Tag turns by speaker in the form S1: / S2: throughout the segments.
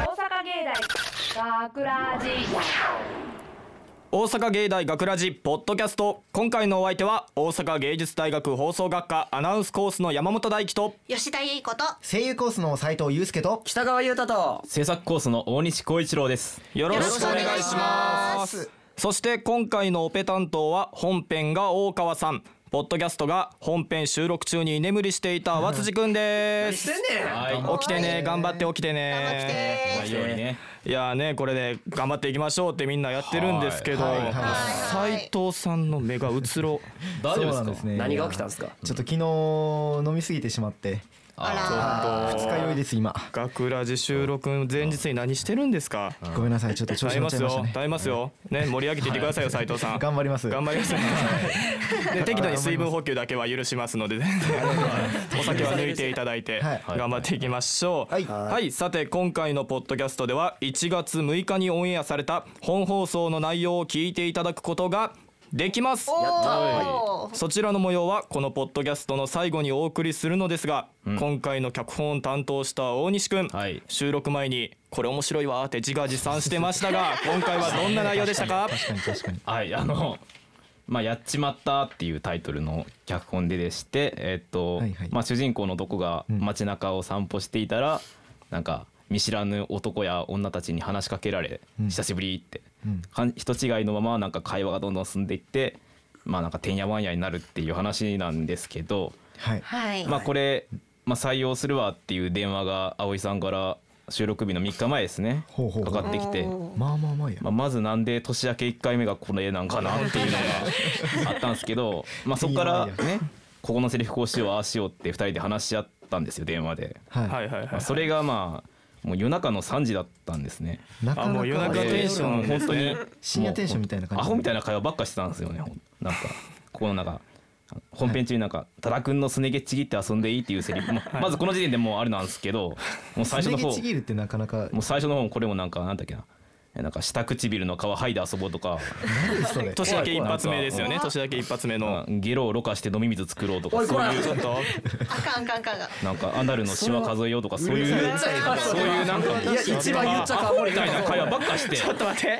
S1: 大学ラジ
S2: 大阪芸大学ラジポッドキャスト今回のお相手は大阪芸術大学放送学科アナウンスコースの山本大輝と
S3: 吉田優子と
S4: 声優コースの斉藤祐介と
S5: 北川優太と
S6: 制作コースの大西光一郎です
S2: よろし
S3: し
S2: く
S3: く
S2: お
S3: お
S2: 願
S3: 願
S2: い
S3: い
S2: し
S3: し
S2: ま
S3: ます
S2: そして今回のオペ担当は本編が大川さんポッドキャストが本編収録中に居眠りしていた和辻くんです
S6: はい
S2: 起きてね頑張って起きてね
S3: 頑張ってきて
S6: 内容にね
S2: いやーねこれで頑張っていきましょうってみんなやってるんですけど
S4: はいはい
S3: はいはい
S2: 斉藤さんの目がうつろ
S6: 大丈夫ですか
S4: ね
S5: 何が起きたんですか
S4: ちょっと昨日飲みすぎてしまって
S3: あ
S4: 二日酔いです今
S2: 学ラジ収録前日に何してるんですか
S4: ごめんなさいちょっと調
S2: 耐
S4: 子
S2: え
S4: 乗
S2: ま
S4: っちゃ
S2: す
S4: いました
S2: よ
S4: ね
S2: 耐えますよね盛り上げていってくださいよ斉藤さん
S4: 頑張ります
S2: 頑張りますで適度に水分補給だけは許しますのでお酒は抜いていただいて
S4: はい
S2: 頑張っていきましょう
S4: はい
S2: はいさて今回のポッドキャストでは1月6日にオンエアされた本放送の内容を聞いていただくことができます
S3: らおお
S5: は
S2: そちらの模様はこのポッドキャストの最後にお送りするのですが、今回の脚本を担当した大西くん、
S6: はい
S2: 収録前にこれ面白いわーって自画自賛してました が今回はどんな内容でしたか
S4: 確かに確かに
S6: はいあの まあやっちまったっていうタイトルの脚本ででしてえっと、
S4: はいはい
S6: まあ主人公の男が街中を散歩していたら、なんか見知らぬ男や女たちに話しかけられ、
S4: ん
S6: 久しぶりって、
S4: うん
S6: かん人違いのままなんか会話がどんどん進んでいってまあなんかてんやわんやになるっていう話なんですけど、
S4: はい
S3: はい
S6: まあこれ、まあ、採用するわっていう電話が葵さんから収録日の3日前ですね
S4: ほうほうほう
S6: かかってきて、
S4: まあまあまあや
S6: まあ、まずなんで年明け1回目がこの絵なんかなっていうのがあったんですけど、 まあ、そこからねここのセリフこうしようああしようって2人で話し合ったんですよ電話で、
S4: は
S2: はいはいは
S6: まあ、
S2: い
S6: それがまあもう夜中の3時だったんですね
S4: いなか
S2: あもう夜
S4: な
S2: 中
S4: か
S2: テンション
S6: でもう本当に
S4: 深夜テンションみたいな感じ
S6: アホみたいな会話ばっかしてたんですよねほんなんかここの中本編中になんか「多田君のすね毛ちぎって遊んでいい」っていうセリフもまずこの時点でもうあれなんですけどもう最初の
S4: すね
S6: 方
S4: 毛ちぎるってなかなか
S6: もう最初の方もこれもなんかなんだっけなえなんか下唇の皮剥いで遊ぼうとか
S4: 何それ
S2: 年明け一発目ですよね
S6: 怖い怖い
S2: 年明け一発目の
S6: ゲロをろ過して飲み水作ろうとか
S5: おい
S6: そう
S5: 怖
S6: い
S5: いう
S6: ちょっと
S3: あかんあかんあかんが
S6: なんかアナルのシワ数えようとかそういうそういうなんか
S5: いや一番言っちゃか
S6: みたいな会話ばっかして
S2: ちょっと待って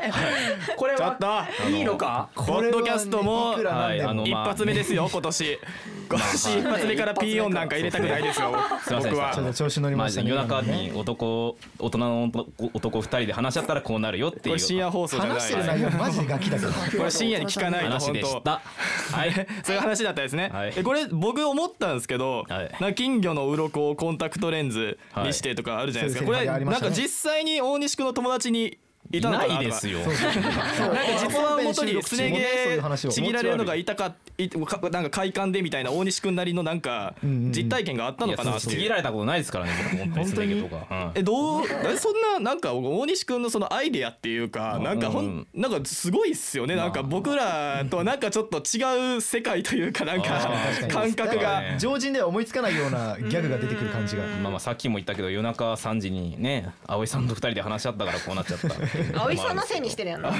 S5: これ
S2: ちょっ
S5: は
S2: と
S5: いいのか
S2: ポッドキャストも
S4: これはねいくらなんで
S6: はい
S2: 一
S6: まあ
S2: 発目ですよ今年今年一発目からピー音なんか入れたくないですよ
S6: すいません
S2: 僕
S4: ちょっ
S2: は
S4: と調子乗り
S6: まあ
S4: ましたね
S6: 夜中
S4: 今のね
S6: に男大人の男男二人で話し合ったらこうなるよって
S2: こ
S6: い
S2: れ深夜
S6: う
S2: 放送じゃない
S4: 話してる内容マジでガキだけど
S2: これ深夜に聞かないと
S6: 話
S2: 本
S6: でし
S2: 当
S6: た。はい。
S2: そういう話だったですね、
S6: はい
S2: えこれ僕思ったんですけど、
S6: はい
S2: なんか金魚の鱗をコンタクトレンズにしてとかあるじゃないですか、
S4: は
S2: こ
S4: い
S2: れ、
S4: そうですね
S2: なんか実際に大西君の友達に いたのか
S6: な
S2: なとか
S6: いですよ。
S4: そう
S2: なんか実話をもとにすね
S4: そういう話
S2: 毛
S4: を
S2: ちぎられるのが痛かいかなんか快感でみたいな大西君なりのなんか
S4: んうんうん
S2: 実体験があった
S6: い
S2: の
S6: や
S2: か
S6: そ
S2: な
S6: う
S2: って
S6: ち
S2: い
S6: ぎ
S2: う
S6: られたことないですからね。僕本当にすね毛とか。うん
S2: えどうえそんななんか大西君のそのアイデアっていうかなんかほ
S6: うん
S2: んなんかすごいっすよねなんか僕らとはなんかちょっと違う世界というかなんか
S6: あー
S2: 感覚が
S6: ね
S4: 常人では思いつかないようなギャグが出てくる感じが
S6: まあまあさっきも言ったけど夜中3時にね葵さんと2人で話し合ったからこうなっちゃったっていうのもあ る
S3: 葵
S6: ですけど。
S3: さんのせいにしてるやんな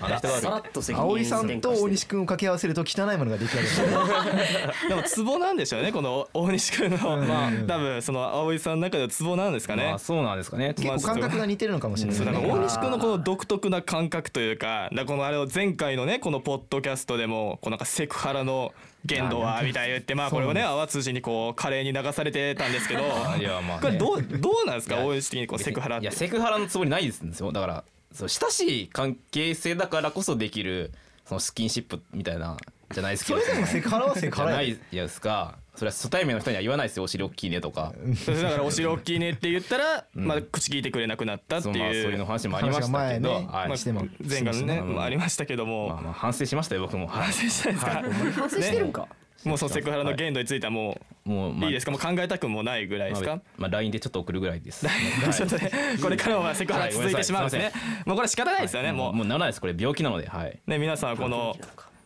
S6: あの人が悪い
S5: さらっと責任
S4: 葵さんと大西君を掛け合わせると汚いものが出来上がる
S2: でもツボなんでしょうねこの大西君の、まあ、多分その葵さんの中ではツボなんですかね
S6: まあ。そうなんですかね。
S4: 結構感覚が似てるのかもしれ
S2: そう
S4: な
S2: だ
S4: い
S2: か
S4: ね
S2: ら大西君のこの独特な感覚というかだからこのあれを前回のねこのポッドキャストでもこうなんかセクハラの言動はみたいな言ってまあこれをね泡辻にこう華麗に流されてたんですけど
S6: いやまあね
S2: これどうどうなんですか
S6: いや
S2: 大西的にこうセクハラっ
S6: い
S2: て
S6: やセクハラのつもりないですんですよだからそう親しい関係性だからこそできるそのスキンシップみたいなじゃないですけ
S4: そ
S6: ど
S4: れでもセクハラはセクハ
S6: じゃ
S4: ラ
S6: ない
S4: や
S6: いやですかそれは初対面の人には言わないですよお尻大きいねとか
S2: だからお城大きいねって言ったら、まあ、口聞いてくれなくなったって
S6: そのまあそう
S2: い
S6: いう
S2: う
S6: の話もありましたけ
S4: 話
S6: ど、
S4: が前ね
S6: はい
S2: まあ
S4: しても
S2: 前回のね
S6: うん
S2: まあありましたけど
S6: まあ
S2: も
S6: まあ反省しましたよ僕も、はい
S2: 反省したんですか
S5: 反省してるんか
S2: もうそのセクハラの言動についてはも
S6: もう、
S2: ういいですかもう考えたくもないぐらいです
S6: ま
S2: か
S6: あ、まあ LINE でちょっと送るぐらいです、は い
S2: ちょっとね、これからもまあセクハラ続いてしまうんです
S6: は
S2: ね
S6: い。
S2: もうこれ仕方ないですよね、も。
S6: もうもうならないですこれ病気なのではいう
S2: ね、皆さんはこの、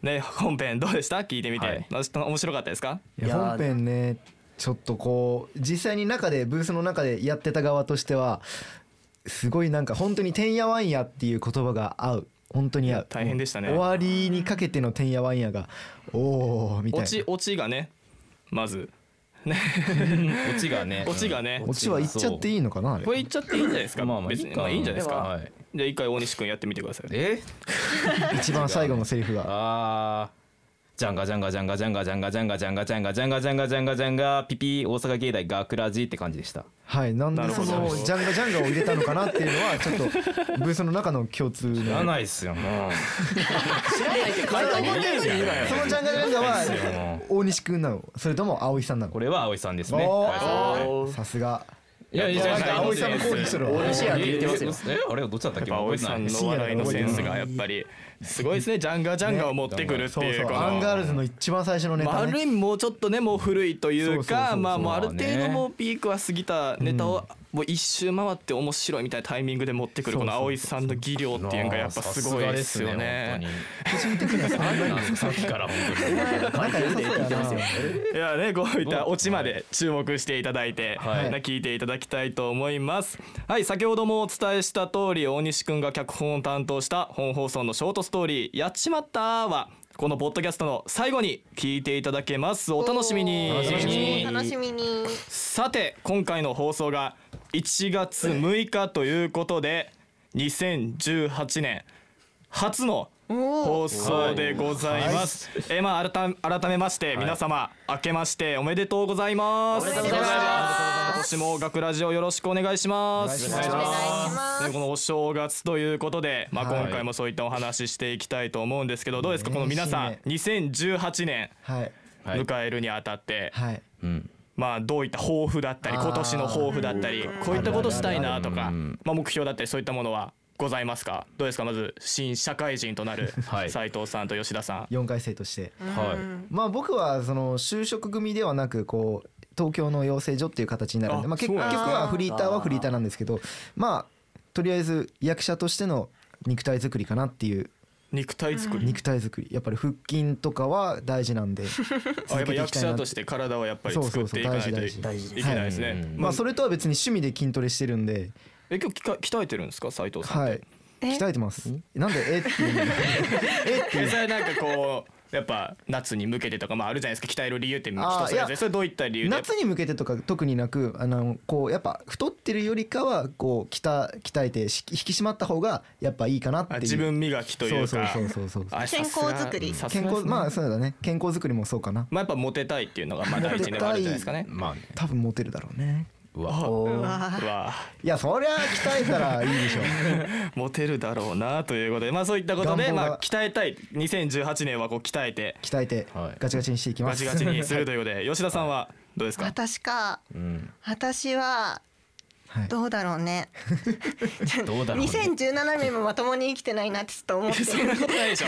S2: ね、本編どうでした聞いてみ
S6: は
S2: て
S6: い。
S2: あちょっと面白かったですか
S4: いや本編ねちょっとこう実際に中でブースの中でやってた側としてはすごいなんか本当に「てんやわんや」っていう言葉が合う本当に合う
S2: 大変でしたね
S4: 終わりにかけての「てんやわんや」がおおみたい
S2: オ
S4: な
S2: チ、オチがね、まず、
S6: オチがね
S2: オチがね
S4: オチは言っちゃっていいのかなあれ
S2: これ言っちゃっていいんじゃないですか
S6: まあまあ
S2: 別
S6: いい
S2: に
S6: か
S2: まあいいんじゃないですか、
S6: はい
S2: じゃあ一回大西君やってみてください
S6: え
S4: 一番最後のセリフが
S6: あージャンガジャンガジャンガジャンガジャンガジャンガジャンガジャンガジャンガジャンガジャンガジャンガピピ大阪芸大ガクラジって感じでした
S4: はいなんでそ
S2: なる
S4: の
S2: ほど
S4: ジャンガジャンガを入れたのかなっていうのはちょっとブースの中の共通の
S6: 知らないっすよもう
S4: そのジャンガジャンガは大西くんなのそれとも葵さんなの
S6: これは葵さんですね
S4: おー
S6: 葵さんですね
S4: さすが
S6: いやいやいや
S4: なんか葵さんの
S2: コー
S4: 抗
S2: デ
S4: 議
S2: ィ
S4: し
S2: す
S4: てる
S2: る
S4: わ
S5: 俺シェアって言ってますよ
S6: えあれどっちだったっ
S2: やっ
S6: け
S2: ぱ葵さんの笑いのセンスがやっぱりすごいですねジャンガジャンガを持ってくるって
S4: そう
S2: い
S4: そうう
S2: この
S4: アンガールズの一番最初のネ
S2: まあ、
S4: タ
S2: ある
S4: ね
S2: 意味もうちょっとねもう古いという
S4: そうそうそう
S2: か
S4: そう
S2: まあもうある程
S6: まあ
S2: 度
S6: ね
S2: もうピークは過ぎたネタをもう一周回って面白いみたいなタイミングで持ってくるこの葵さんの技量っていうのがやっぱすごいですよね。
S6: さっきから本当に
S4: 仲良さそうやない
S2: やねこういったオチまで注目していただいて、
S4: はい
S2: な聞いていただきたいと思いますはい先ほどもお伝えした通り大西くんが脚本を担当した本放送のショートストーリー「やっちまった」はこのポッドキャストの最後に聞いていただけますお楽しみに
S3: お
S6: 楽しみに
S3: 楽しみに。
S2: さて今回の放送が1月6日ということで2018年初の放送でございます。えーまあ改め改めまして皆様、明けましておめでとうございます。おめでとうございます。今年も学ラジオよろしくお願いします。
S4: お願いします
S3: お願いします
S2: ねこのお正月ということで、まあ
S4: はい
S2: 今回もそういったお話ししていきたいと思うんですけど、どうですかこの皆さん
S4: ね
S2: 2018年
S4: はい
S6: はい
S2: 迎えるにあたって、
S4: はい
S6: うん
S2: まあ、どういった抱負だったり
S4: あー
S2: 今年の抱負だったりこういったことしたいなと
S6: あるあ
S2: か
S6: るうん
S2: まあ、目標だったりそういったものはございますかどうですかまず新社会人とな る
S6: はい
S2: 斉藤さんと吉田さん。
S4: 4回生として
S6: は
S4: まあ僕はその就職組ではなくこう東京の養成所っていう形になるんで
S2: あ
S4: まあ結
S2: そう
S4: 局
S2: なんですね
S4: はフリーターはフリーターなんですけどまあとりあえず役者としての肉体作りかなっていう
S2: 肉体作り、
S4: 肉体作りやっぱり腹筋とかは大事なんで
S2: あや
S4: 続
S2: っぱ
S4: けてい
S2: 役
S4: きたいな
S2: 者
S4: って
S2: として体をやっぱり
S4: そうそ
S2: 作っ
S4: うそ
S2: て
S4: う
S2: いかないとい
S4: 大
S2: い
S4: 事
S5: 大事
S2: けないですね。
S6: はいうん
S2: ま
S4: ま
S2: あ
S4: あそれとは別に趣味で筋トレしてるんで
S2: え今日きか鍛えてるんですか斉藤さんって。
S4: はい鍛えてますなんでえっていう えってい
S2: え
S4: う
S2: それなんかこうやっぱ夏に向けてとかまああるじゃないですか鍛える理由って人
S4: あー
S2: それぞ
S4: い
S2: れ
S4: や
S2: それどういった理由で
S4: 夏に向けてとか特になくあのこうやっぱ太ってるよりかはこう鍛鍛えてし引き締まった方がやっぱいいかなってい
S2: あ
S4: う
S2: 自分磨きというか
S4: そうそうそうそう
S2: あさすが
S3: 健康作り
S2: さすが
S4: 健
S2: です
S4: 康
S2: ね
S4: まあそうだね健康づくりもそうかな
S2: まあやっぱモテたいっていうのがまあ第一にはあるじゃないですかね
S6: い。。まあね
S4: 多分モテるだろうね
S6: うわ
S2: う
S3: わ
S2: わ
S4: いやそりゃ鍛えたらい いでしょ
S2: モテるだろうなということでまあそういったことで
S4: 願望が
S2: まあ鍛えたい2018年はこう鍛えて
S4: 鍛えて
S6: はい
S4: ガチガチにしていきま
S2: ガ
S4: す
S2: チガチにするということで吉田さんはどうですか
S3: 私か。
S6: うん
S3: 私は
S4: はい
S3: どうだろうね。
S6: どうだろうね
S3: 2017年もまともに生きてないなってちょっと思ってる。
S2: そんなことないでしょ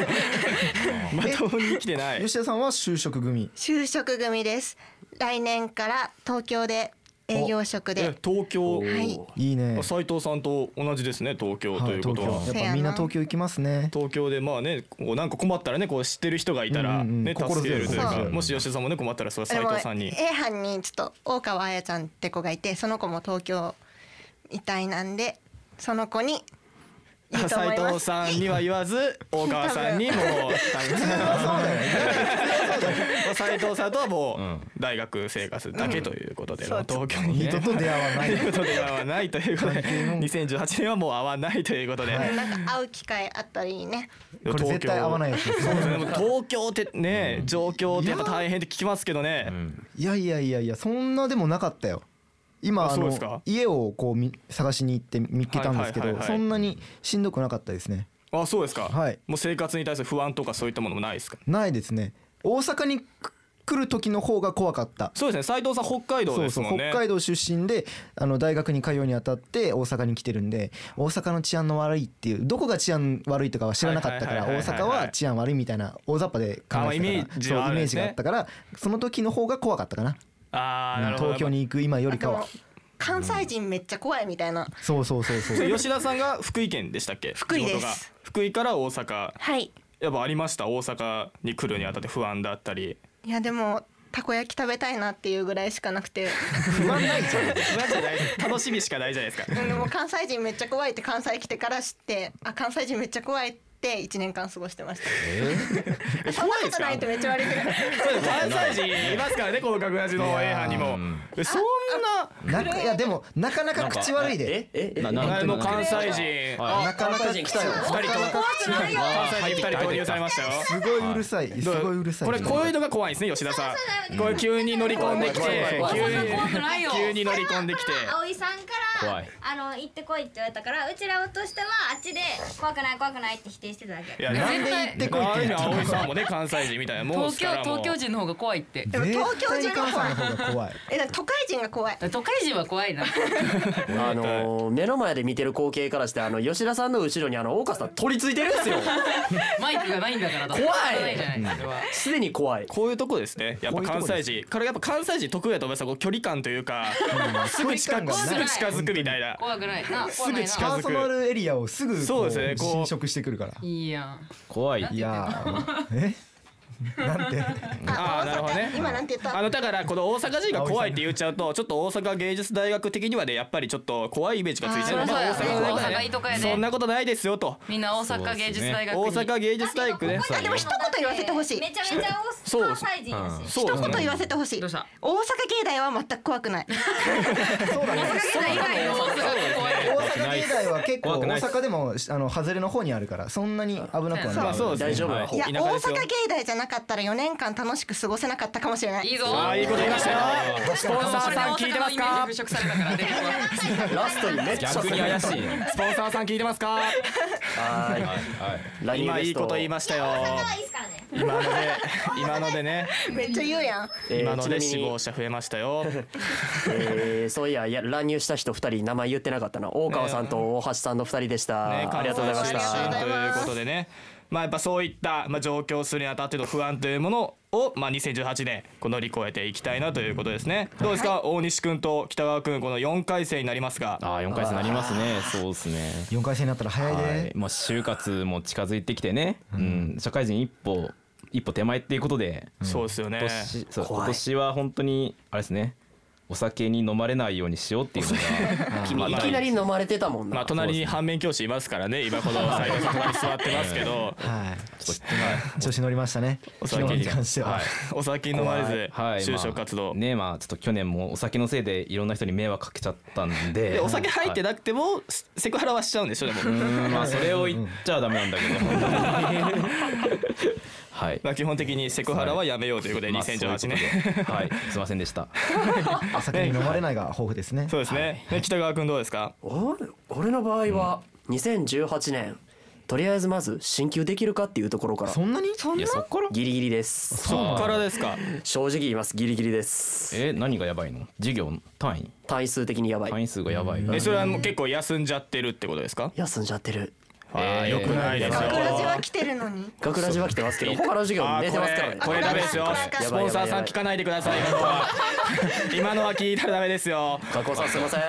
S2: まともに生きてない
S4: 吉田さんは就職組
S3: 就職組です。来年から東京で営業職
S2: え
S3: で。
S2: 東京
S3: はい
S4: いいね
S2: 斉藤さんと同じですね東京と
S4: はいいう
S2: こ
S4: 東
S2: と
S4: 京
S2: は
S4: やっぱみんな東京行きますね
S2: 東京でまあねこうなんか困ったらねこう知ってる人がいたら
S4: うんうんう
S2: ね
S4: ん
S2: 助けるという
S3: 心強い
S2: か
S6: そう
S2: もし吉田さんもね困ったらそれは
S3: で
S2: 斉
S3: も
S2: 藤さんに
S3: A 班にちょっと大川彩ちゃんって子がいてその子も東京みたいなんでその子にいいと思
S2: 斉
S3: いま
S2: 藤
S3: す。
S2: さんには言わず大川さんにもう斉藤さんとはも
S6: ん
S2: う大学生活だけということで、
S3: うん
S2: もう東京に
S4: 二
S2: ね
S4: 度と出会わな
S2: と いう
S4: い
S2: ことで会わないということで2018年はもう会わないということで、
S4: はい
S3: なんか会う機会あったらいいね。
S4: これ絶対合わないやつです
S2: そうですねでも東京ってね状況ってやっぱ大変って聞きますけどね、
S4: いやいやいやいやそんなでもなかったよ今
S2: あ
S4: あ
S2: そうで
S4: の
S2: すか
S4: 家をこうみ探しに行って見つけたんですけ
S2: はい
S4: ど
S2: はいはいは
S4: そ
S2: い
S4: んなにしんどくなかったですね
S2: あそうですか、
S4: はい
S2: もう生活に対する不安とかそういったものもないですか
S4: ないですね大阪にく来る時の方が怖かった
S2: そうですね斉藤さん北海道
S4: そう
S2: です
S4: そう
S2: もんね
S4: 北海道出身であの大学に通うにあたって大阪に来てるんで大阪の治安の悪いっていうどこが治安悪いとかは知らなかったから
S2: はいはい
S4: 大
S2: はいはいは
S4: 阪
S2: い
S4: は治安悪いみたいな大雑把で考
S2: あまあ
S4: え
S2: イ
S4: て
S2: メ
S4: たか
S2: ー
S4: ら
S2: ジ
S4: そ
S2: はあ
S4: うイ
S2: るん
S4: メー
S2: です
S4: ジ
S2: ね
S4: があったからその時の方が怖かったかな
S2: ああなるほど
S4: 東京に行く今より
S3: で
S4: か
S3: も
S4: は
S3: 関西人めっちゃ怖いみたいな。
S4: そうそうそうそう
S2: そう吉田さんが福井県でしたっけ
S3: 福井で
S2: 地
S3: す
S2: 元が福井から大阪
S3: はい。
S2: やっぱありました大阪に来るにあたって不安だったり
S3: いやでもたこ焼き食べたいなっていうぐらいしかなくて、
S2: 不安ないじゃん不安じゃない楽しみしかないじゃないですか
S3: うんでも関西人めっちゃ怖いって関西来てから知って、あ関西人めっちゃ怖いっって1年間過ごしてました
S2: え
S3: そんなことないとめっちゃ悪いけど
S2: そうです関西人いますからねこの格ラジの A 班にも
S6: うん
S2: えそんな
S4: なかいやでもなかなか口悪いで
S5: えええ
S6: なな
S2: あ
S6: ん
S2: の
S6: と
S2: 関西人
S6: は
S2: あ
S4: なかなか来たよ
S2: 二人とも
S1: 怖くないよ
S6: あ
S2: 関西人二人投入されましたよ
S4: すごいうるさいす
S2: ど
S4: ごいうるさい
S2: これこういうのが怖いんですね吉田さんこれ急に乗り込んできて
S5: 怖い怖い怖い
S2: 急
S5: 怖
S2: に
S5: い
S1: 怖くないよ
S2: 急に乗り込んできて
S7: 葵さんか
S6: 怖
S7: ら
S6: い
S7: あの行ってこいって言われたからうちらとしてはあっちで怖くない怖くないって否定してただ
S2: い
S7: け
S2: や
S4: な
S2: なんん
S4: で
S2: で
S4: 行ってこいっ
S2: あ
S4: て
S2: る意
S4: 言
S2: 味
S4: ったの
S2: 葵さんもね関西人みたいなもん
S1: 東
S2: です
S1: 京
S2: からもう
S1: 東京人の方が怖いって
S3: でも東京人
S4: 絶
S3: の
S4: 対
S3: 方が
S4: に関西の方が怖い
S3: えだから都会人が怖い
S1: 都会人は怖いな
S5: あのー目の前で見てる光景からしてあの吉田さんの後ろにあの大川さん取り付いてるんですよ
S1: マイクがないんだからだ
S5: 怖い
S1: ないじゃないそれは
S5: すでに怖い
S2: こういうとこですねやっぱ関西人からやっぱ関西人得意だと思いますよこう距離感というかすぐ近
S4: 距離感が
S2: く
S4: ない
S2: すぐ近づくみたいな
S1: 怖くないな怖くない
S2: すぐ
S1: な
S2: 近
S4: パーソナルエリアをすぐこう
S2: そうですねこう
S4: 侵食してくるから
S1: いいやん
S6: 怖い
S4: いやーえなんて
S2: ああなるほどね
S3: 今なんて言っ
S2: あ
S3: た
S2: のだからこの大阪人が怖いって言っちゃうとちょっと大阪芸術大学的にはねやっぱりちょっと怖いイメージがついちゃう
S1: あー
S2: まあ
S1: そりゃそうや
S2: 大
S1: 大阪いいとこや
S2: ね
S1: ね
S2: そんなことないですよと
S1: みんな大阪芸術大学
S2: 大
S1: に
S2: 阪芸術大学ね
S7: ここに
S3: でも一言言わせてほしい
S7: めちゃめちゃ
S2: そう
S7: 大関西人やし
S2: そ
S3: 一
S2: うです
S3: 言
S2: ね
S3: 言わせてほしい
S1: ど
S3: 大
S1: うし
S3: 阪
S1: た
S3: 芸大は全く怖くない
S4: そうだね
S1: 大阪以外の大阪が怖い
S4: 大阪芸大は結構
S6: 怖くな
S4: 大
S6: いっす
S4: 阪でもあの外れの方にあるからそんなに危なくは
S2: ま
S4: な
S2: あ
S4: い
S2: そうですね
S5: 大丈夫
S2: はいい
S5: や
S3: いや
S2: 田
S3: 大
S2: 舎です
S3: 阪
S2: よ
S3: 芸大じゃなかったら4年間楽しく過ごせなかったかもしれない
S1: いいぞ
S2: ああいいこと言いましたよスポンサーさん聞いてますか
S1: それで大阪のイメージ払拭されたからね
S5: ラストにめっちゃ
S6: 逆に怪しいね
S2: スポンサーさん聞いてます か
S5: は
S6: はいはい
S5: ーいライン
S2: 今
S5: ベ
S2: い
S5: ス
S2: い
S5: ト
S2: こと言いましたよ
S7: 大いいっすからね
S2: 今ので今のでね
S3: めっちゃ言うやん
S5: えー
S2: 今ので
S5: ち
S2: 死
S5: なみに
S2: 亡者増えましたよ
S5: えーそういやいや乱入した人二人名前言ってなかったな大川さんと大橋さんの二人でした、
S2: ね、
S5: ありがとうございまし
S2: 関西
S5: た
S2: 出身ということでね、まあ、やっぱそういった、まあ、上京するにあたっての不安というものを、まあ、2018年こう乗り越えていきたいなということですね。どうですか、大西君と北川君この4回生になりますが
S6: ああ四回戦なりますねそうですね
S4: 4回戦になったら早い
S6: はい
S4: で、
S6: まあ、就活も近づいてきてね、うん社会人一歩一歩手前っていうことで
S2: そうですよね
S6: 今。年,そう、
S5: 怖い
S6: 今年は本当にあれですねお酒に飲まれないようにしようっていうのが
S5: 君
S6: まあ
S5: いきなり飲まれてたもんな、
S2: まあ、隣に反面教師いますからね今この斎藤さん隣に座ってますけ ど
S4: はい
S6: ちょっとはい
S4: 調子乗りましたね
S2: お
S4: 昨
S2: 酒
S4: 日
S2: に
S4: に関しては、
S6: はい
S2: お酒飲まれず
S6: はい、
S2: 就職活動、
S6: まあ、ねまあちょっと去年もお酒のせいでいろんな人に迷惑かけちゃったんで
S2: でお酒入って
S6: だ
S2: なくても、セセクハラはしちゃうんでしょでも。
S6: まあそれを言っちゃダメなんだけど本当に はい
S2: まあ、基本的にセクハラはやめようということで
S6: まあそういうこと
S2: 2018
S6: で
S2: 年。
S6: はいすいませんでした
S4: お酒に飲まれないが豊富ですね、
S2: そうですね。ね北川君どうですか。
S5: 俺俺の場合は2018年とりあえずまず進級できるかっていうところから
S4: そんなにそん
S6: いやそっから
S5: ギリギリです
S2: そっからですか。
S5: 正直言いますギリギリです
S6: え何がやばいの授業の単位
S5: 単位数的にやば
S6: 単
S5: い
S6: 位数がやばい
S2: えそれはもう結構休んじゃってるってことですか。
S5: 休んじゃってる
S2: ああよくないですよ。
S3: 学ラジは来てるのに
S5: 学ラジは来てますけど他の授業
S2: あ
S5: 寝
S2: ー
S5: て
S2: こ
S5: ますから
S2: れ
S5: ね
S2: これダメですよ
S3: やばいやばいやば。い
S2: スポンサーさん聞かないでください。今のは今のは 聞いたらダメですよ。
S5: 学校さんすい ません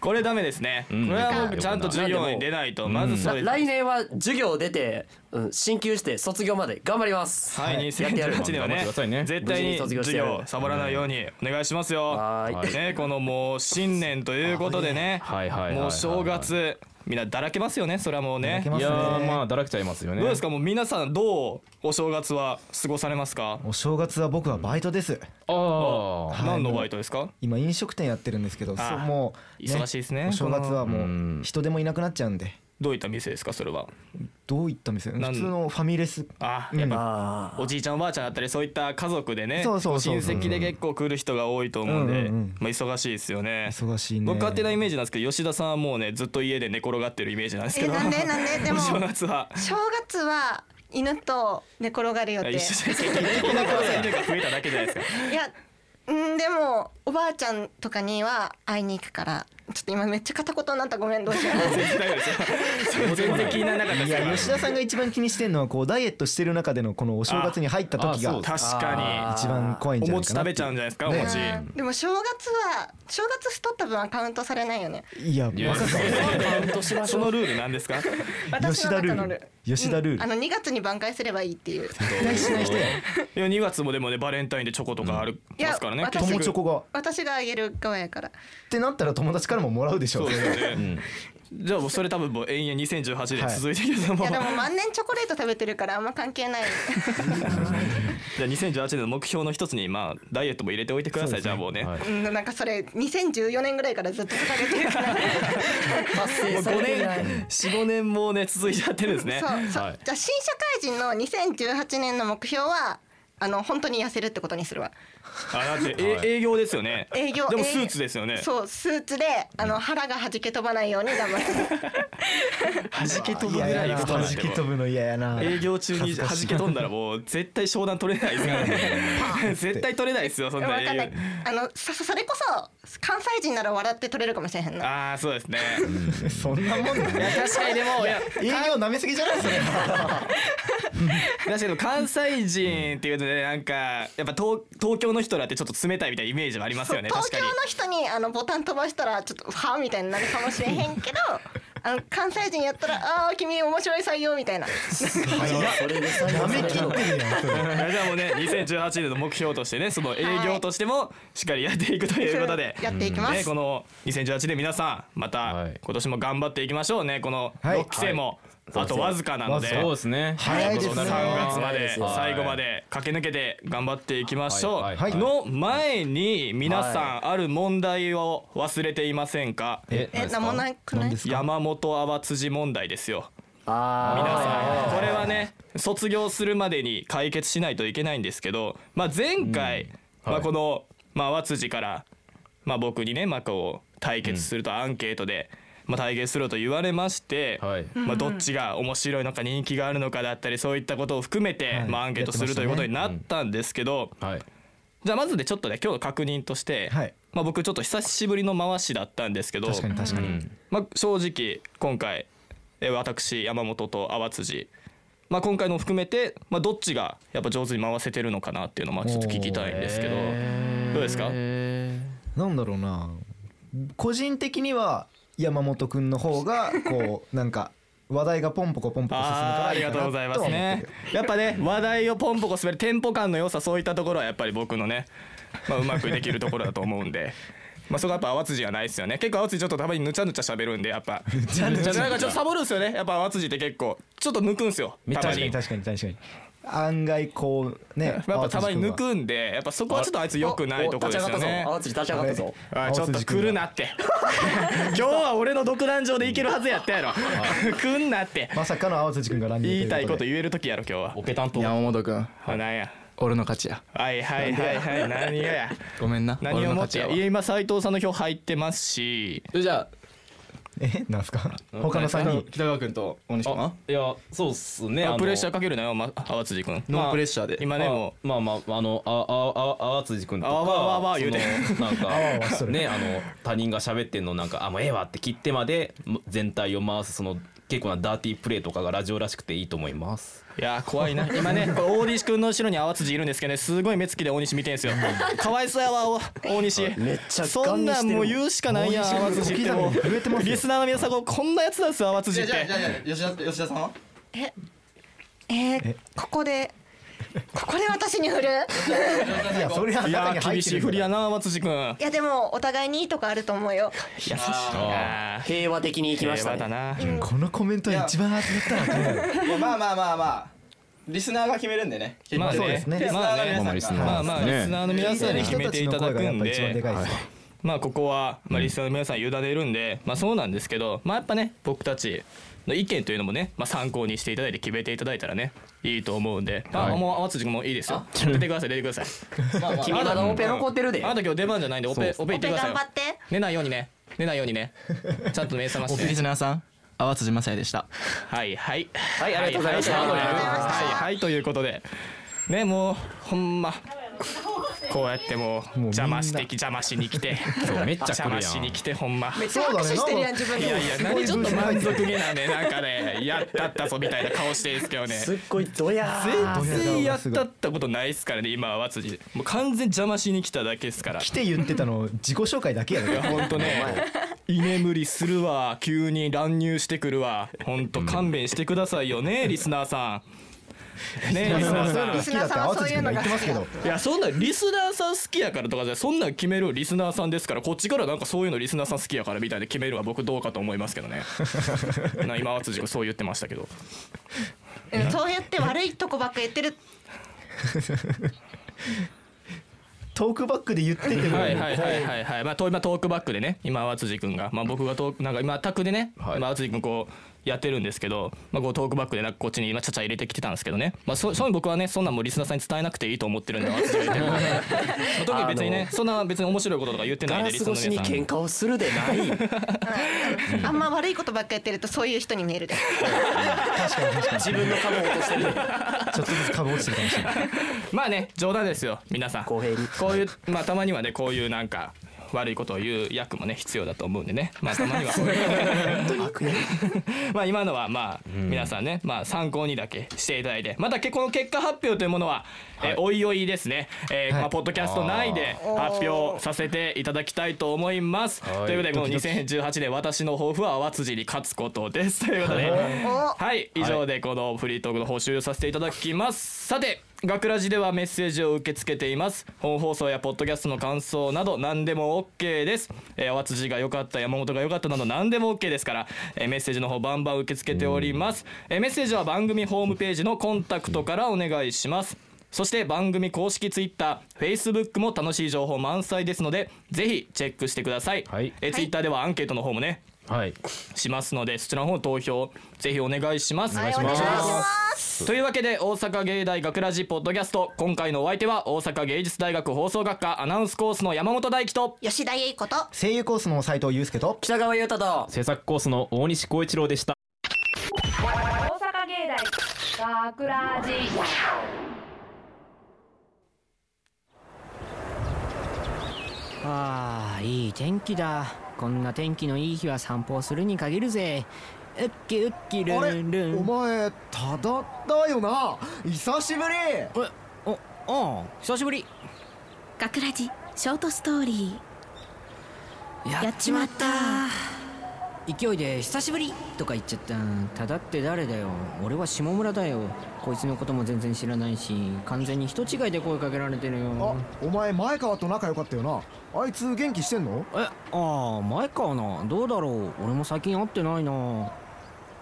S2: これダメですね。こ
S6: ん
S2: れはもうちゃんと授業に出ないとまずそ
S5: さ
S2: れ。
S5: 来年は授業出て、うん、進級して卒業まで頑張ります
S2: はい、
S5: やってやる
S2: 2018年は
S6: 頑張ってください
S2: ね
S6: ね
S2: 絶対に授業サボらないようにお願いしますよ。
S5: はーい
S2: ね、このもう新年ということでね、
S6: はいはいはいはい
S2: もう正月みんなだらけますよね。それはもうね
S4: け。ま
S6: い
S4: すね
S6: やーまあだらけちゃいますよね
S2: どうですか、もう皆さんどうお正月は過ごされますか。
S4: お正月は僕はバイトです
S6: ああ
S2: 何のバイトですか。
S4: 今飲食店やってるんですけど
S2: ー
S4: そうもう、
S2: 忙しいですね
S4: お正月は
S6: この
S4: も
S6: うん
S4: う人でもいなくなっちゃうんで
S2: どういった店ですか、それは。
S4: どういった店普
S2: なん
S4: 通のファミレス
S2: あ、やっぱ。
S5: あ
S2: おじいちゃんおばあちゃんだったりそういった家族でね
S4: そうそうそう
S2: 親戚で結構来る人が多いと思うんで、
S4: うんうんうん
S2: まあ、忙しいですよね
S4: 忙しいね
S2: 僕勝手なイメージなんですけど吉田さんはもうねずっと家で寝転がってるイメージなんです
S3: え
S2: けど、
S3: なんでなんでで
S2: お
S3: も
S2: 正月は
S3: 正月は犬と寝転がる予定
S2: 一緒です結局の交際が増えただけじゃないですか
S3: いやうんでもおばあちゃんとかには会いに行くからちょっと今めっちゃ片言になったごめんどうしよう
S2: 全然大丈夫ですよ全然気にならなかったで
S4: い
S2: す
S4: や吉田さんが一番気にしてるのはこうダイエットしてる中でのこのお正月に入った時
S6: ああそ
S4: が
S6: う
S2: 確か
S5: あ
S4: 一番怖いん
S2: にお
S4: じゃな
S2: 餅食
S4: いかな
S2: べちゃうんじゃないですかお
S4: ね
S2: 餅
S3: でも正月は正月太った分はカウントされないよね
S4: いや
S6: いや
S4: 若さ
S2: そのルールなんですか
S3: 私
S4: 吉
S3: の
S4: 田ル
S3: 中の
S4: ー
S3: ルー
S4: ル
S3: ル
S4: 吉田ルー
S3: あ
S4: ル
S3: の2月に挽回すればいいっていう
S6: 絶対しない人や
S2: いや2月もでもねバレンタインでチョコとかある
S3: いや
S2: ますからね
S3: 私
S2: 結
S4: 友
S2: 局
S4: チョコが
S3: 私があげる側やから
S4: ってなったら友達からももらうでしょ
S2: そうですよね
S6: うん
S2: じゃあもうそれ多分もう延々2018で続いてきたま
S3: いやでも
S2: ま
S3: 万年チョコレート食べてるからあんま関係ない
S2: じゃあ2018年の目標の一つにまあダイエットも入れておいてくださいじゃあもうね
S6: はい
S3: うんなんかそれ2014年ぐらいからずっと掲げてるから
S2: もう5年
S5: 達成されてない
S2: 45年もね続いちゃってるんですね
S3: そうそう、
S6: はい
S3: じゃあ新社会人の2018年の目標はあの本当に痩せるってことにするわ
S2: あだってえ
S6: はい
S2: 営業ですよね
S3: 営業
S2: でも
S3: 営
S2: スーツですよね
S3: そうスーツであの腹が弾け飛ばないように 頑張る
S2: 弾け飛ぶ
S4: い
S2: ぐ
S4: や
S2: らいの
S4: や
S2: こ
S4: な
S2: と
S4: 弾
S2: なんて
S4: き飛ぶの嫌やな
S2: 営業中に弾け飛んだらもう絶対商談取れないですからね 絶対取れないですよそん
S3: わ
S2: な営
S3: かんない
S2: 業
S3: あのそそれこそ関西人なら笑って取れるかもしれへんな
S2: ああそうですね
S4: そんなもん
S2: いや確かにでもいや
S4: 営業舐めすぎじゃないそれ
S2: 確かに関西人っていうとねなんかやっぱ東東京の人だってちょっと冷たいみたいなイメージもあります
S3: そう
S2: よね
S3: 東
S2: 確か
S3: 京
S2: に
S3: の人にあのボタン飛ばしたらちょっとはあみたいになるかもしれへんけどあの関西人やったら「ああー君面白い採用」みたいな
S5: それで最後
S4: 舐め切ってるやんそれ
S2: いやじゃあもうね2018年の目標としてねその営業としてもしっかりやっていくということで、
S3: やっていきます、
S2: ね、この2018年皆さんま
S6: は
S2: た
S6: い
S2: 今年も頑張っていきましょうねこの
S4: はい
S2: 6期生もあとわずかなので、
S4: わずか
S6: そうですね。
S4: 早いですね
S2: 3月ま
S5: 早いで
S2: です
S5: ね
S2: 最後まで駆け抜けて頑張っていきましょ
S6: は。
S4: いうはい
S2: の前に皆さんある問題を忘れていませんか
S3: えなんもなくない
S4: 何ですか
S2: 山本淡辻問題ですよ皆
S5: あ
S2: さんこれはね卒業するまでに解決しないといけないんですけど、まあ、前回、まあ、この、まあ、和辻から、まあ、僕にね、まあ、こう対決するとアンケートで、まあ、対決すると言われまして、
S6: はい
S2: まあ、どっちが面白いのか人気があるのかだったりそういったことを含めて、
S4: はい
S2: まあ、アンケートするということになったんですけど、
S6: はい。
S2: じゃあまずでちょっとね今日の確認として、
S4: はい
S2: まあ、僕ちょっと久しぶりの回しだったんですけど
S4: 確かに確か
S6: う
S4: に、
S6: ん。
S2: まあ、正直今回えー私山本と淡辻、まあ、今回のを含めて、まあ、どっちがやっぱ上手に回せてるのかなっていうのをまあちょっと聞きたいんですけど、どうですか、
S4: なんだろうな個人的には山本くんの方 がこうなんか話題がポンポコポンポコ進むから
S2: あーありがとうございますね
S4: と
S2: や
S4: は
S2: っぱね話題をポンポコ滑るテンポ感の良さそういったところはやっぱり僕のね、まあ、うまくできるところだと思うんで。まあそこはやっぱ淡辻はないですよね結構淡辻ちょっとたまにぬちゃぬちゃ喋るんでやっぱなんかちょっとサボるんですよねやっぱ淡辻って結構ちょっと抜くんですよ
S4: 思
S2: たま
S4: ってる
S2: に
S4: 確かに確かに確かに案外こう ね
S2: やっぱたまに抜
S4: 淡路君
S2: く
S4: は
S2: んでやっぱそこはちょっとあいつ良くないところですよね
S5: あ立ち上がったぞ
S2: ああちょっと来るなって今日は俺の独壇場でいけるはずやったやろ来んなって
S4: まさかの青辻くんが乱入
S2: 言いたいこと
S4: う
S2: 言える時やろ今日は
S6: オケ担当。
S8: 山本君
S2: あなんや
S8: 俺の勝ちや
S2: はいはいはいはい何がや
S8: ごめんな
S2: 何
S8: 俺
S2: を
S8: の
S2: 思っ
S8: 勝ち
S2: て
S8: やわ
S2: いや今斎藤さんの票入ってますし
S8: じゃあ
S4: えなんすか他の三人
S8: 北川君と大西君
S6: あ、いや、そうっすね。
S2: あ
S6: あの
S2: プレッシャーかけるなよま淡辻君
S8: ノンプレッシャーで
S2: 今ねも
S6: まあまあまああのあああああつじくんとか
S2: あわわわ
S6: その
S2: 言うて
S6: なん
S4: あわわす
S6: か
S4: る
S6: ねあの他人が喋ってんのなんかあもうええわって切ってまで全体を回すその結構なダーティープレイとかがラジオらしくていいと思います。
S2: いや怖いな今ねこれ大西君の後ろに淡辻いるんですけどねすごい目つきで大西見てんすよかわいそうやわお大西
S5: めっちゃ
S2: そんなんもう言
S5: う
S2: うしかないやん淡辻ってもう
S4: 小刻みに震えてますよ
S2: リスナーの皆さんこうこんなやつなんですよ淡
S8: じ
S2: 辻
S8: ゃ
S2: っ
S8: あじゃあじゃ
S2: て
S8: あ吉田吉田さんは
S3: えーここでここで私に振る
S4: いやそれは中
S2: い
S4: に
S2: や
S4: 入ってる
S2: ー厳しい振りやな淡辻君
S3: いやでもお互いにいいとこあると思うよ
S2: 優しいな
S5: 平和的に行きました
S2: 平和だ
S5: ね
S2: な
S4: このコメント一番集まったなと思う
S8: いやまあまあまあまあリスナーが決めるんでね結局
S2: まあ
S4: そうですね
S8: リスナーの皆さんがリスナー
S2: まあねまあまあリ
S6: ね
S2: スナーの皆さんに決めていただくん
S4: 聞いてる人たちの声がやっぱ一番で
S2: で
S4: かいですよ
S2: まあここはまあリスナーの皆さんに委ねるんでまあそうなんですけどまあやっぱね僕たちの意見というのもねまあ参考にしていただいて決めていただいたらねいいと思うんであ
S6: はい
S2: もう淡辻君もういいですよ出てください出てください
S5: 君まだオペ残ってるで
S2: あなた今日出番じゃないんでオペオペ行ってください
S3: オペ頑張って
S2: 寝ないようにね寝ないようにねちゃんと目覚まし
S8: リス
S2: て
S8: ナーさん淡辻雅也でした
S2: はいはい
S5: はいありがとうございました
S2: は
S5: ありがとうございました
S2: はいはいということでねもうほんまこうやってもう
S4: みんな
S2: 邪魔してき邪魔しに来て
S6: そうめっちゃ来るや
S2: 邪
S6: ん
S2: 魔しに来てほんま
S3: めっちゃ拍手してるやん自分
S2: い
S3: でも
S2: やいやなんでちょっと満足げなねなんかねやったったぞみたいな顔してるんですけどね
S5: すっごいドヤー
S2: 全然やったったことないですからね今は和辻もう完全邪魔しに来ただけですから
S4: 来て言ってたの自己紹介だけや
S2: い
S4: で
S2: や本当ね居眠りするわ急に乱入してくるわ本当勘弁してくださいよねリスナーさんねリスナーさん
S3: リスナーさんはそういうのが好きだ
S4: リスナーさんはそういうのが好きだって
S2: いやそんなリスナーさん好きやからとかじゃないそんなん決めるリスナーさんですからこっちからなんかそういうのリスナーさん好きやからみたいで決めるのは僕どうかと思いますけどねな今は辻君そう言ってましたけど
S3: うんそうやって悪いとこばっか言ってる
S4: トークバックで言ってても
S2: はいはいはいはいはい、まあ、と今トークバックでね今は辻君が、まあ、僕がトークなんか今タクでね、
S6: はい
S2: 今は辻君こうやってるんですけど、まあ、こうトークバックでなんかこっちに今ちゃちゃ入れてきてたんですけどね、まあ、そそういうの僕はねそんなんもうリスナーさんに伝えなくていいと思ってるんで私が言ってるのは特に別にねそんな別に面白いこととか言ってない
S5: ガ
S2: んで
S5: ラ
S2: リ
S5: ス
S2: スナー
S5: 越
S2: の
S5: しに
S2: 皆さん
S5: 喧嘩をするでない
S3: あんま悪いことばっか言ってるとそういう人に見えるで
S5: 自分の株を落としてるで
S4: ちょっとずつ株落ちてるかもしれない
S2: まあね冗談ですよ皆さん
S5: 公平に
S2: こういうまあたまにはねこういうなんか悪いことを言う役もね必要だと思うんでねまあたまには
S5: 悪役
S2: まあ今のはまあ皆さんねまあ参考にだけしていただいてまたけこの結果発表というものはえおいおいですねえーまあポッドキャスト内で発表させていただきたいと思います
S6: はい
S2: ということでこの2018年私の抱負は泡辻に勝つことですということで
S3: お
S2: はい以上でこのフリートークの方終了させていただきますさて学ラジではメッセージを受け付けています本放送やポッドキャストの感想など何でも OK ですえー、お辻が良かった山本が良かったなど何でも OK ですから、えー、メッセージの方バンバン受け付けておりますえー、メッセージは番組ホームページのコンタクトからお願いしますそして番組公式 TwitterFacebook も楽しい情報満載ですのでぜひチェックしてください、
S6: はい
S2: えー、Twitter ではアンケートの方もね
S6: はい
S2: しますのでそちらの方投票ぜひお願いします。
S3: はいお願いします
S2: というわけで大阪芸大学ラジポッドキャスト今回のお相手は大阪芸術大学放送学科アナウンスコースの山本大輝と
S3: 吉田栄子と
S4: 声優コースの斉藤祐介と
S5: 北川優太と
S6: 制作コースの大西光一郎でした
S9: 大阪芸大学ラジ
S10: ああいい天気だこんな天気のいい日は散歩をするに限るぜウッキウッキルンルン
S4: 前ただだよな久しぶり
S10: おおお久しぶり
S11: 学ラジショートストーリーやっちまった
S10: 勢いで「久しぶり!」とか言っちゃったただって誰だよ俺は下村だよこいつのことも全然知らないし完全に人違いで声かけられてるよ
S4: お前前川と仲良かったよなあいつ元気してんの
S10: えああ前かなどうだろう俺も最近会ってないな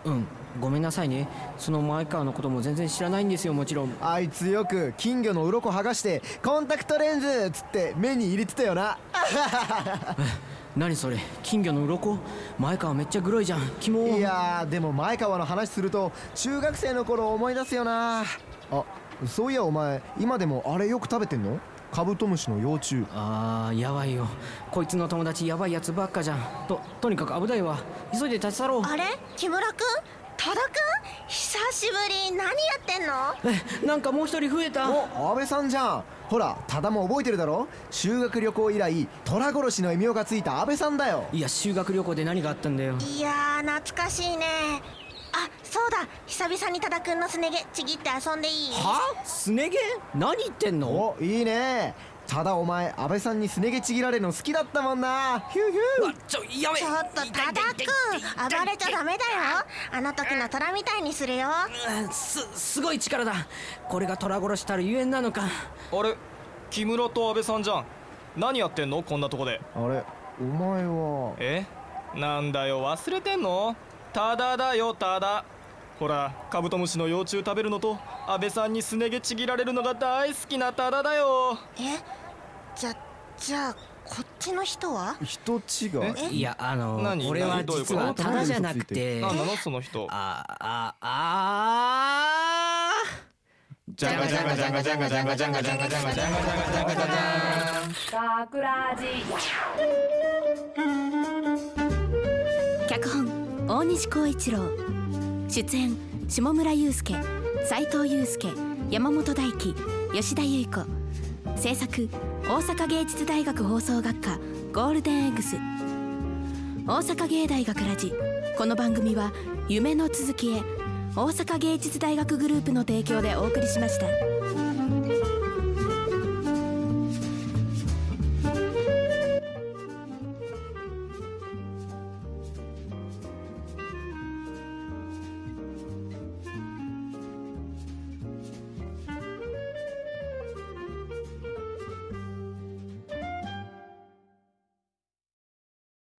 S10: うんごめんなさいねその前川のことも全然知らないんですよもちろん
S4: あいつよく金魚の鱗剥がしてコンタクトレンズつって目に入れてたよな
S10: 何それ金魚の鱗前川めっちゃグロいじゃんキモ
S4: いやーでも前川の話すると中学生の頃思い出すよなあそういやお前今でもあれよく食べてんのカブトムシの幼虫
S10: あーやばいよこいつの友達やばいやつばっかじゃんととにかく危ないわ急いで立ち去ろう
S11: あれ木村くん多田くん久しぶり何やってんの
S10: えなんかもう一人増えた
S4: お安倍さんじゃんほらただも覚えてるだろ修学旅行以来虎殺しの異名がついた安倍さんだよ
S10: いや修学旅行で何があったんだよ
S11: いやー懐かしいねあそうだ久々に多田くんのすね毛ちぎって遊んでいい
S10: はすね毛何言ってんの
S4: おいいねただお前安倍さんにすね毛ちぎられるの好きだったもんなヒューヒュー
S10: ちょやべ
S11: ちょっと多田くん暴れちゃダメだよあの時の虎みたいにするよ
S10: うんすすごい力だこれが虎殺したるゆえんなのか
S2: あれ木村と安倍さんじゃん何やってんのこんなとこで
S4: あれお前は
S2: えなんだよ忘れてんのただだよただほらカブトムシの幼虫食べるのと安倍さんにすね毛ちぎられるのが大好きなただだよ
S11: えじゃじゃあこっちの人は
S4: 人違い
S11: え
S10: いやあの
S2: 何
S10: 俺は
S2: 何どういうこと
S10: 実はただじゃなくて
S2: なんなのその人
S10: ああああ
S2: じゃんがじゃんがじゃんがじゃんがじゃんがじゃんがじゃんがじゃんがじゃんがじゃんがじゃんがじゃんが
S9: 学ラジ
S11: 脚本大西光一郎出演下村祐介斉藤祐介山本大輝吉田優子制作大阪芸術大学放送学科ゴールデンエッグス大阪芸大学ラジこの番組は夢の続きへ大阪芸術大学グループの提供でお送りしました。